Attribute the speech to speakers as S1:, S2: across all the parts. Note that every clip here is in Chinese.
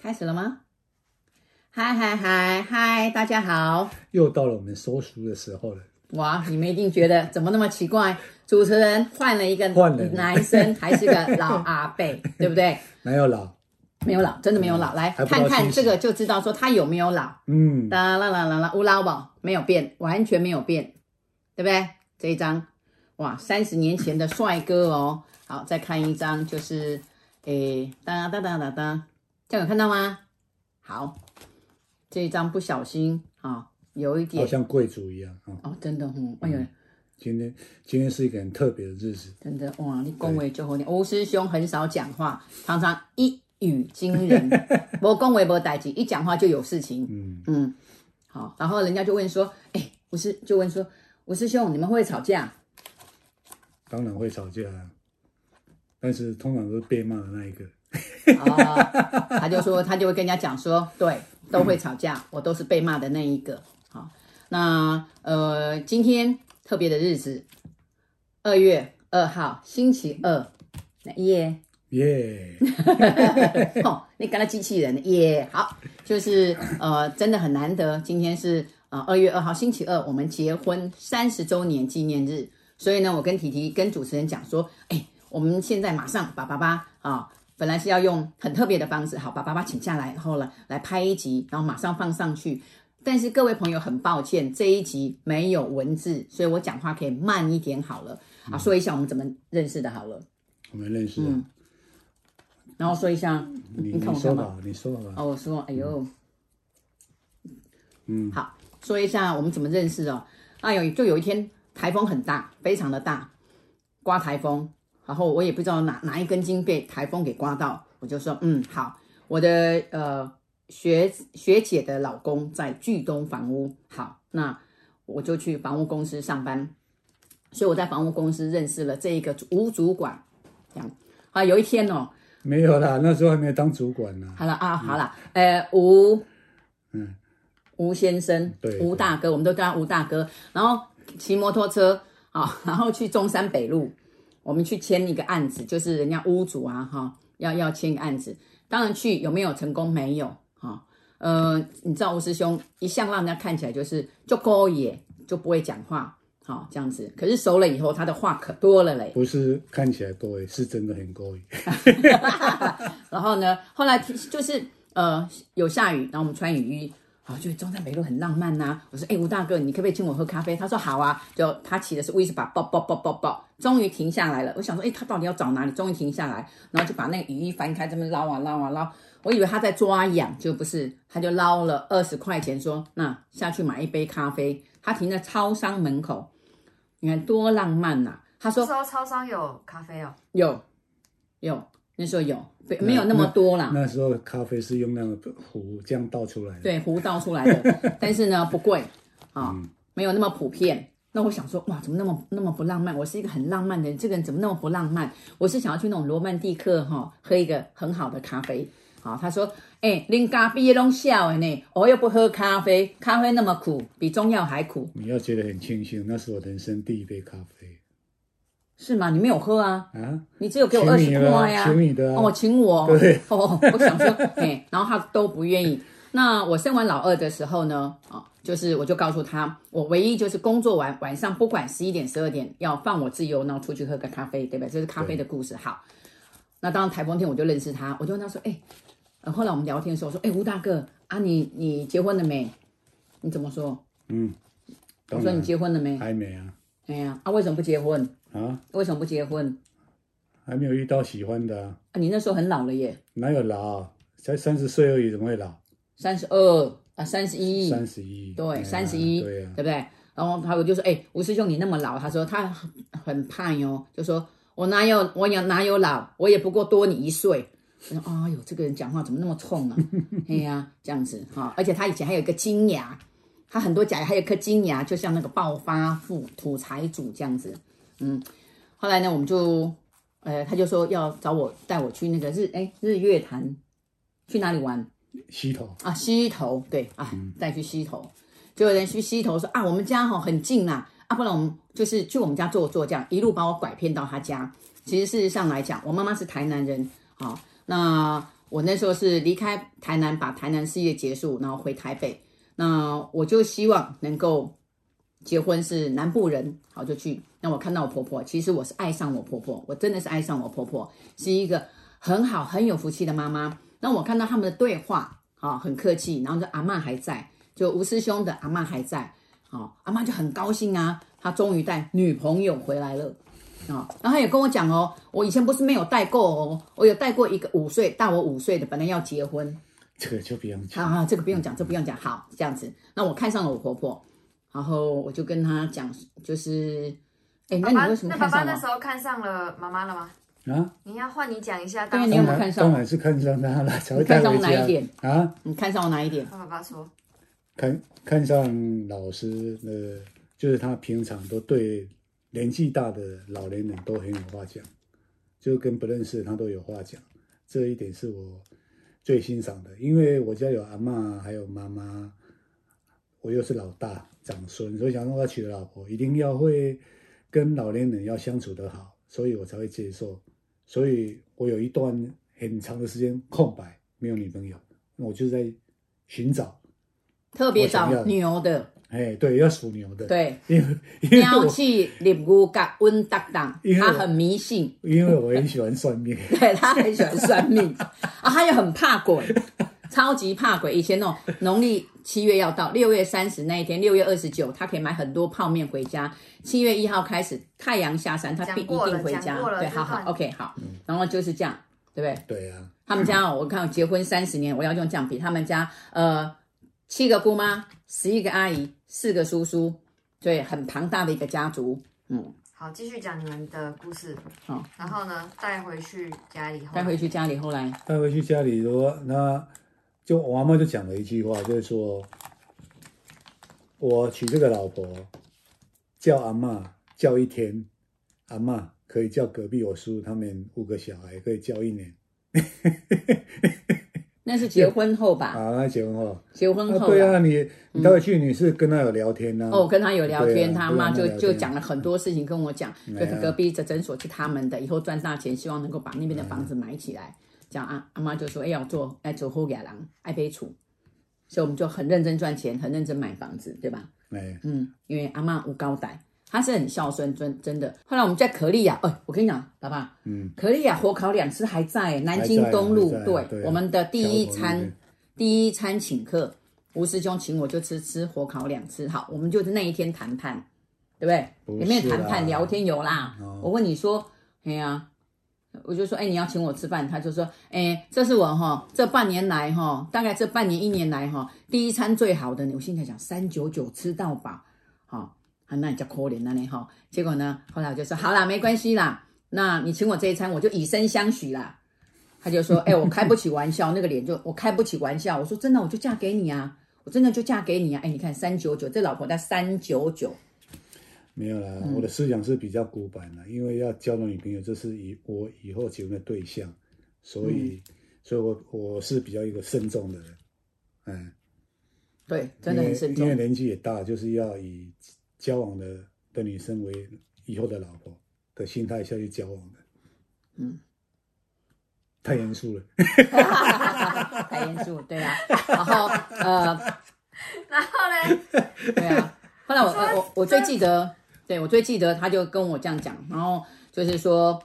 S1: 开始了吗？嗨嗨嗨嗨，大家好！
S2: 又到了我们收书的时候了。
S1: 哇，你们一定觉得怎么那么奇怪？主持人换了一个
S2: 换了
S1: 男生，还是个老 阿伯，对不对？
S2: 没有啦，
S1: 没有老，真的没有老。来
S2: 还不
S1: 看
S2: 到
S1: 看
S2: 清
S1: 这
S2: 醒
S1: 个就知道说他有没有老。
S2: 嗯，
S1: 啦啦啦啦啦，乌拉宝没有变，完全没有变，对不对？这一张，哇，三十年前的帅哥哦。好，再看一张，就是诶，哒哒哒哒哒，这样有看到吗？好，这一张不小心啊、有一
S2: 好
S1: 点
S2: 像贵族一样啊、哦嗯
S1: 哦，真的哦，哎呦，
S2: 今天今天是一个很特别的日子，
S1: 真的哇，你恭维就好点。吴师兄很少讲话，常常一语惊 人，不恭维不代志，一讲话就有事情。
S2: 嗯，
S1: 嗯，好，然后人家就问说，哎、我是就问说，我师兄，你们会不会吵架？
S2: 当然会吵架啊，但是通常都是被骂的那一个。
S1: 啊，他就说他就会跟人家讲说，对，都会吵架，我都是被骂的那一个。好，那呃，今天特别的日子，二月二号，星期二，那耶。
S2: 耶、
S1: 哦，你跟他机器人耶好，就是呃，真的很难得，今天是呃二月二号星期二，我们结婚三十周年纪念日，所以呢，我跟提提跟主持人讲说，哎，我们现在马上把爸爸啊。本来是要用很特别的方式，好，把爸爸请下来，然后呢，来拍一集，然后马上放上去。但是各位朋友，很抱歉，这一集没有文字，所以我讲话可以慢一点好了啊。说一下我们怎么认识的好了，
S2: 我们认识啊、
S1: 嗯然后说一下
S2: 你
S1: 你看
S2: 你
S1: 我
S2: 说
S1: 干嘛
S2: 吧，你说吧，
S1: 哦，我说，哎呦，
S2: 嗯，
S1: 好，说一下我们怎么认识哦。哎呦，就有一天台风很大，非常的大，刮台风，然后我也不知道哪哪一根筋被台风给刮到，我就说，嗯，好，我的呃学学姐的老公在巨东房屋，好，那我就去房屋公司上班，所以我在房屋公司认识了这一个吴主管，这样啊，有一天哦，
S2: 没有啦，那时候还没有当主管呢、
S1: 好了啊，好了，呃，吴，
S2: 嗯，
S1: 吴先生，
S2: 对
S1: 吴大哥，我们都叫他吴大哥。然后骑摩托车，啊， 然后去中山北路，我们去签一个案子，就是人家屋主啊，哈、要要签个案子。当然去有没有成功？没有，哈、呃，你知道吴师兄一向让人家看起来就是就勾野，就不会讲话，好、这样子。可是熟了以后，他的话可多了嘞。
S2: 不是看起来多耶，是真的很勾引。
S1: 然后呢，后来就是呃有下雨，然后我们穿雨衣，啊，就中山北路很浪漫呐、我说，哎、吴大哥，你可不可以请我喝咖啡？他说好啊，就他骑的是威斯把，爆爆爆爆爆，终于停下来了。我想说，哎、他到底要找哪里？终于停下来，然后就把那个雨衣翻开，这么捞啊捞啊捞。我以为他在抓痒，就不是，他就捞了二十块钱，说那下去买一杯咖啡。他停在超商门口，你看多浪漫呐、他
S3: 那
S1: 说
S3: 时候超商有咖啡哦，
S1: 有，有，那时候有，不
S2: 那
S1: 没有那么多啦。
S2: 那时候咖啡是用那个壶这样倒出来的，，
S1: 对，糊倒出来 的，但是呢不贵啊、
S2: 嗯
S1: 没有那么普遍。那我想说，哇，怎么那么那么不浪漫？我是一个很浪漫的人，这个人怎么那么不浪漫？我是想要去那种罗曼蒂克哈、喝一个很好的咖啡。好、他说，哎、拎咖啡拢笑的呢，我又不喝咖啡，咖啡那么苦，比中药还苦，
S2: 你要觉得很庆幸，那是我人生第一杯咖啡
S1: 是吗？你没有喝啊？
S2: 啊，
S1: 你只有给我二
S2: 请
S1: 十
S2: 你了
S1: 块呀、
S2: 请你的啊
S1: 哦，请我，
S2: 对
S1: 哦，我想说，哎，然后他都不愿意。那我生完老二的时候呢，啊、就是我就告诉他，我唯一就是工作完晚上不管十一点十二点要放我自由，然后出去喝个咖啡，对吧？这是咖啡的故事。好，那当台风天我就认识他，我就问他说，哎，呃后来我们聊天的时候我说，哎，吴大哥啊，你你结婚了没？你怎么说？
S2: 嗯，
S1: 我
S2: 当
S1: 说你
S2: 然
S1: 结婚了没？
S2: 还没啊
S1: 哎呀，啊，为什么不结婚？
S2: 啊，
S1: 为什么不结婚？
S2: 还没有遇到喜欢的、啊，
S1: 啊，你那时候很老了耶。
S2: 哪有老、啊才三十岁而已，怎么会老？
S1: 三十二啊，三十一，
S2: 三十一，哎
S1: 对，
S2: 呀
S1: 三十一，
S2: 对啊呀、
S1: 不对？然后他我就说，哎、吴师兄你那么老，他说他很很胖哟，就说我哪有我有哪有老，我也不过多你一岁。我说哎呦，这个人讲话怎么那么冲啊？哎呀、这样子哈、而且他以前还有一个金牙，他很多假牙还有一颗金牙，就像那个暴发户土财主这样子。嗯，后来呢，我们就呃，他就说要找我带我去那个日哎日月潭，去哪里玩？
S2: 西头，
S1: 啊，溪头对啊，带去溪头，就有人去溪头说啊，我们家哈、很近啦，啊，不然我们就是去我们家坐坐，这样一路把我拐骗到他家。其实事实上来讲，我妈妈是台南人，好、那我那时候是离开台南，把台南事业结束，然后回台北。那我就希望能够结婚是南部人，好就去。那我看到我婆婆，其实我是爱上我婆婆，我真的是爱上我婆婆，是一个很好很有福气的妈妈。那我看到他们的对话，啊、很客气，然后就阿嬷还在，就吴师兄的阿嬷还在，哦，阿嬷就很高兴啊，她终于带女朋友回来了。哦，然后他也跟我讲哦，我以前不是没有带过哦，我有带过一个五岁大我五岁的，本来要结婚，
S2: 这个就不用
S1: 好
S2: 讲。
S1: 好，这个不用讲，这不用讲。好，这样子，那我看上了我婆婆，然后我就跟她讲，就是，哎，那
S3: 爸
S1: 你
S3: 爸
S1: 为什么
S3: 爸
S1: 看
S3: 爸
S1: 上
S3: 那
S1: 我
S3: 时？候看上了妈妈了吗？
S2: 啊，
S3: 你要换你讲一下
S1: 对啊
S3: 当
S1: 你
S3: 时
S1: 有
S2: 当
S1: 没有看
S2: 然
S1: 上
S2: 当然是看上他了，才会
S1: 看
S2: 带
S1: 上
S2: 回
S1: 哪一
S2: 家
S1: 点？
S2: 啊。
S1: 你看上我哪一点？
S3: 爸爸说，
S2: 看看上老师的，就是他平常都对年纪大的老年人都很有话讲，就跟不认识的他都有话讲，这一点是我最欣赏的。因为我家有阿嬷，还有妈妈，我又是老大长孙，所以想说我要娶的老婆一定要会跟老年人要相处得好，所以我才会接受。所以我有一段很长的时间空白，没有女朋友，那我就在寻找。
S1: 特别
S2: 我想
S1: 找
S2: 要
S1: 牛的，
S2: 哎，对，要属牛的，，
S1: 对，
S2: 因为因为
S1: 鸟
S2: 我
S1: 气、猎物感、温当当
S2: 因，为
S1: 他
S2: 我
S1: 很迷信，
S2: 因为我很喜欢算命，
S1: 对他很喜欢算 命啊，他又很怕鬼，超级怕鬼。以前哦，农历七月要到，六月三十那一天，六月二十九，他可以买很多泡面回家。七月一号开始，太阳下山，他必一
S3: 讲过了
S1: 定回家
S3: 讲过。了
S1: 对，
S3: 这
S1: 好
S3: 段
S1: 好，OK，好。然后就是这样，对不对？
S2: 对啊，
S1: 他们家哦，我看我结婚三十年，我要用这样比，他们家呃七个姑妈，十一个阿姨，四个叔叔，对，很庞大的一个家族。哦嗯，
S3: 好，继续讲你们的故事。
S1: 好，
S3: 然后呢，带回去家里后，
S1: 带回去家里，后来
S2: 带回去家里说，那就我阿妈就讲了一句话，就是说，我娶这个老婆叫阿妈叫一天，阿妈可以叫隔壁我叔他们五个小孩可以叫一年
S1: 那是结婚后吧？
S2: 啊，那结婚后，
S1: 结婚
S2: 啊
S1: 后、
S2: 对啊，你你带回去你是跟他有聊天呐、
S1: 嗯哦，我跟他有聊天，
S2: 对啊
S1: 他妈就
S2: 对啊
S1: 就
S2: 对啊
S1: 讲了很多事情跟我讲，就
S2: 对啊
S1: 他隔壁的诊所是他们的，以后赚大钱，希望能够把那边的房子买起来。这样阿阿妈就说，哎、要做哎做后给郎，爱背厝，所以我们就很认真赚钱，很认真买房子，对吧？
S2: 哎，
S1: 嗯，因为阿妈无高歹，她是很孝顺，真真的。后来我们在可丽亚，哎、我跟你讲，爸爸，
S2: 嗯，
S1: 可丽亚火烤两次还在南京
S2: 还在
S1: 东路
S2: 还，在
S1: 对，
S2: 对
S1: 我们的第一
S2: 小火
S1: 餐
S2: 那边
S1: 第一餐请客，吴师兄请我就吃吃火烤两次，好，我们就是那一天谈判，对不
S2: 不
S1: 对？
S2: 是
S1: 也没有谈判
S2: 啦
S1: 聊天有啦。
S2: 哦
S1: 我问你说，哎呀、我就说，哎、你要请我吃饭，他就说，哎、这是我哈，这半年来哈，大概这半年一年来哈，第一餐最好的，我心里想三九九吃到饱，好、啊，那你叫可怜了呢哈。结果呢，后来我就说，好啦，没关系啦，那你请我这一餐，我就以身相许啦。他就说：“ 哎、我开不起玩笑，那个脸就我开不起玩笑。”我说：“真的，我就嫁给你啊，我真的就嫁给你啊。哎，你看三九九，这老婆在三九九，
S2: 没有啦，
S1: 嗯
S2: 我的思想是比较古板的，因为要交的女朋友，这是以我以后结婚的对象，所以，
S1: 嗯
S2: 所以我我是比较一个慎重的人，嗯，
S1: 对，真的很慎
S2: 因为
S1: 重
S2: 因。为年纪也大，就是要以交往的的女生为以后的老婆的心态下去交往的，
S1: 嗯，
S2: 太严肃了，
S1: 太严肃，对啊。然后呃，
S3: 然后嘞，
S1: 对啊。后来我我我我最记得，对我最记得，他就跟我这样讲，然后就是说，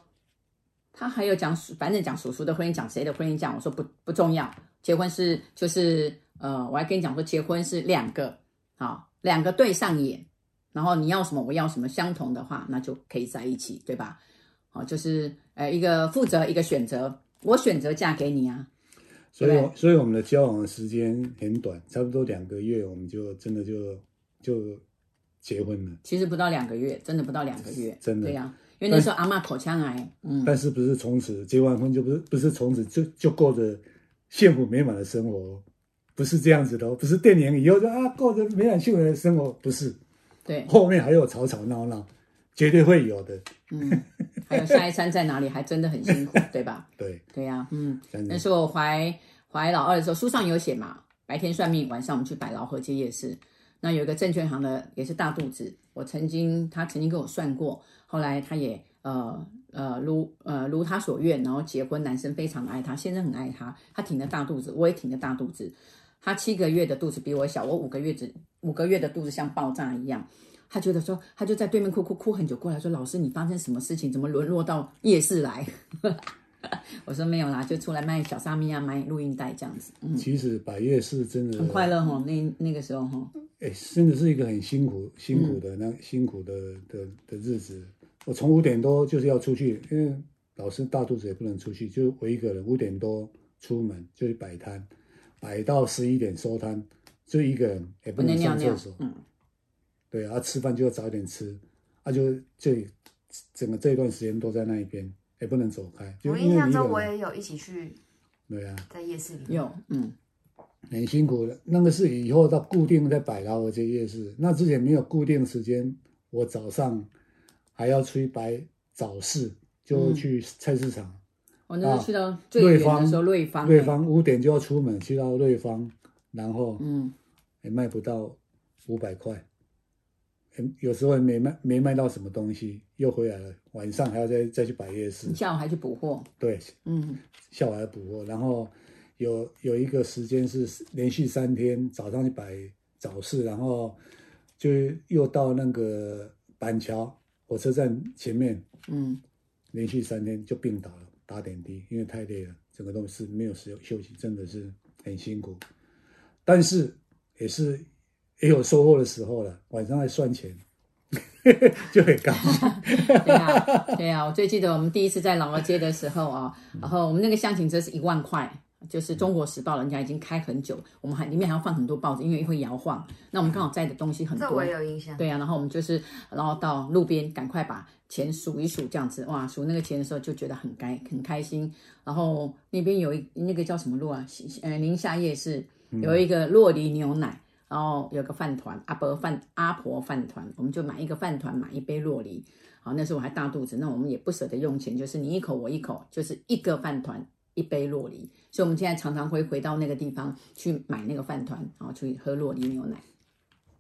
S1: 他还有讲，反正讲叔叔的婚姻，讲谁的婚姻，讲我说不不重要，结婚是就是呃，我还跟你讲说，结婚是两个好两个对上眼，然后你要什么，我要什么，相同的话，那就可以在一起，对吧？好，就是呃，一个负责，一个选择，我选择嫁给你啊，
S2: 所以
S1: 对
S2: 我所以我们的交往的时间很短，差不多两个月，我们就真的就就结婚了，
S1: 其实不到两个月，真的不到两个月，
S2: 真的
S1: 对呀、因为那时候阿嬷口腔癌，嗯，
S2: 但是不是从此结完婚就不是不是从此就就过着幸福美满的生活哦，不是这样子的哦，不是电影以后就啊过着美满幸福的生活，不是，
S1: 对，
S2: 后面还有吵吵闹闹，绝对会有的，
S1: 嗯， 还有下一餐在哪里，还真的很辛苦，对吧？
S2: 对，
S1: 对呀、嗯，
S2: 真
S1: 那
S2: 的，
S1: 时候我怀怀老二的时候，书上有写嘛，白天算命，晚上我们去百劳合街夜市。那有一个证券行的也是大肚子，我曾经他曾经跟我算过，后来他也呃呃如呃如他所愿，然后结婚，男生非常爱他，先生很爱他，他挺着大肚子，我也挺着大肚子。他七个月的肚子比我小，我五个月子五个月的肚子像爆炸一样。他觉得说，他就在对面哭哭哭很久，过来说：“老师，你发生什么事情？怎么沦落到夜市来？” 我说：“没有啦，就出来卖小沙弥啊，买录音带这样子，嗯，
S2: 其实摆夜市真的
S1: 很快乐哈。那那个时候哈，
S2: 哎、真的是一个很辛苦、辛苦的那辛苦的的的日子。我从五点多就是要出去，因为老师大肚子也不能出去，就我一个人五点多出门就去摆摊，摆到十一点收摊，就一个人也不
S1: 不能
S2: 能
S1: 尿
S2: 上
S1: 尿
S2: 厕所。，
S1: 嗯，
S2: 对啊，吃饭就要早点吃，啊就就整个这一段时间都在那一边，也不能走开。就
S3: 我
S2: 因为
S3: 印象
S2: 你一
S3: 中
S2: 个
S3: 我
S2: 人
S3: 也有一起去
S2: 对啊，
S3: 在夜市里面，
S1: 有，嗯，
S2: 很辛苦的。那个是以后到固定在摆劳尔街夜市，那之前没有固定时间，我早上还要出去摆早市，就去菜市场。
S1: 我那时候去到最
S2: 啊瑞
S1: 远的
S2: 芳
S1: 时候，瑞芳，欸
S2: 瑞芳五点就要出门，去到瑞芳，然后
S1: 嗯，
S2: 也卖不到五百块，诶有时候也没卖没卖到什么东西，又回来了，晚上还要再再去摆夜市
S1: 你。下午还去补货，
S2: 对，
S1: 嗯，
S2: 下午还补货，然后有有一个时间是连续三天早上去摆早市，然后就又到那个板桥火车站前面，
S1: 嗯，
S2: 连续三天就病倒了，打点滴，因为太累了，整个都是没有休休息，真的是很辛苦。但是也是也有收获的时候了，晚上还算钱， 就很高兴。
S1: 对啊，对啊，我最记得我们第一次在老二街的时候啊，然后我们那个箱型车是一万块，就是《中国时报》人家已经开很久，我们还里面还要放很多报纸，因为会摇晃。那我们刚好载的东西很
S3: 这
S1: 多
S3: 我也，有印象。
S1: 对啊，然后我们就是然后到路边赶快把钱数一数，这样子哇，数那个钱的时候就觉得很开很开心。然后那边有一那个叫什么路啊，西呃宁夏夜市有一个洛梨牛奶。然后有个饭团，阿伯饭阿婆饭团，我们就买一个饭团，买一杯洛梨，好，那时候我还大肚子，那我们也不舍得用钱，就是你一口我一口，就是一个饭团一杯洛梨，所以我们现在常常会回到那个地方去买那个饭团，然后去喝洛梨牛奶，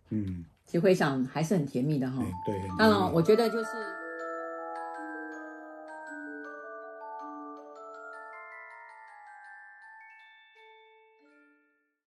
S2: 嗯，哎
S1: 其实回想还是很甜蜜的哈、
S2: 对，很
S1: 当
S2: 高
S1: 然，
S2: 兴
S1: 我觉得就是。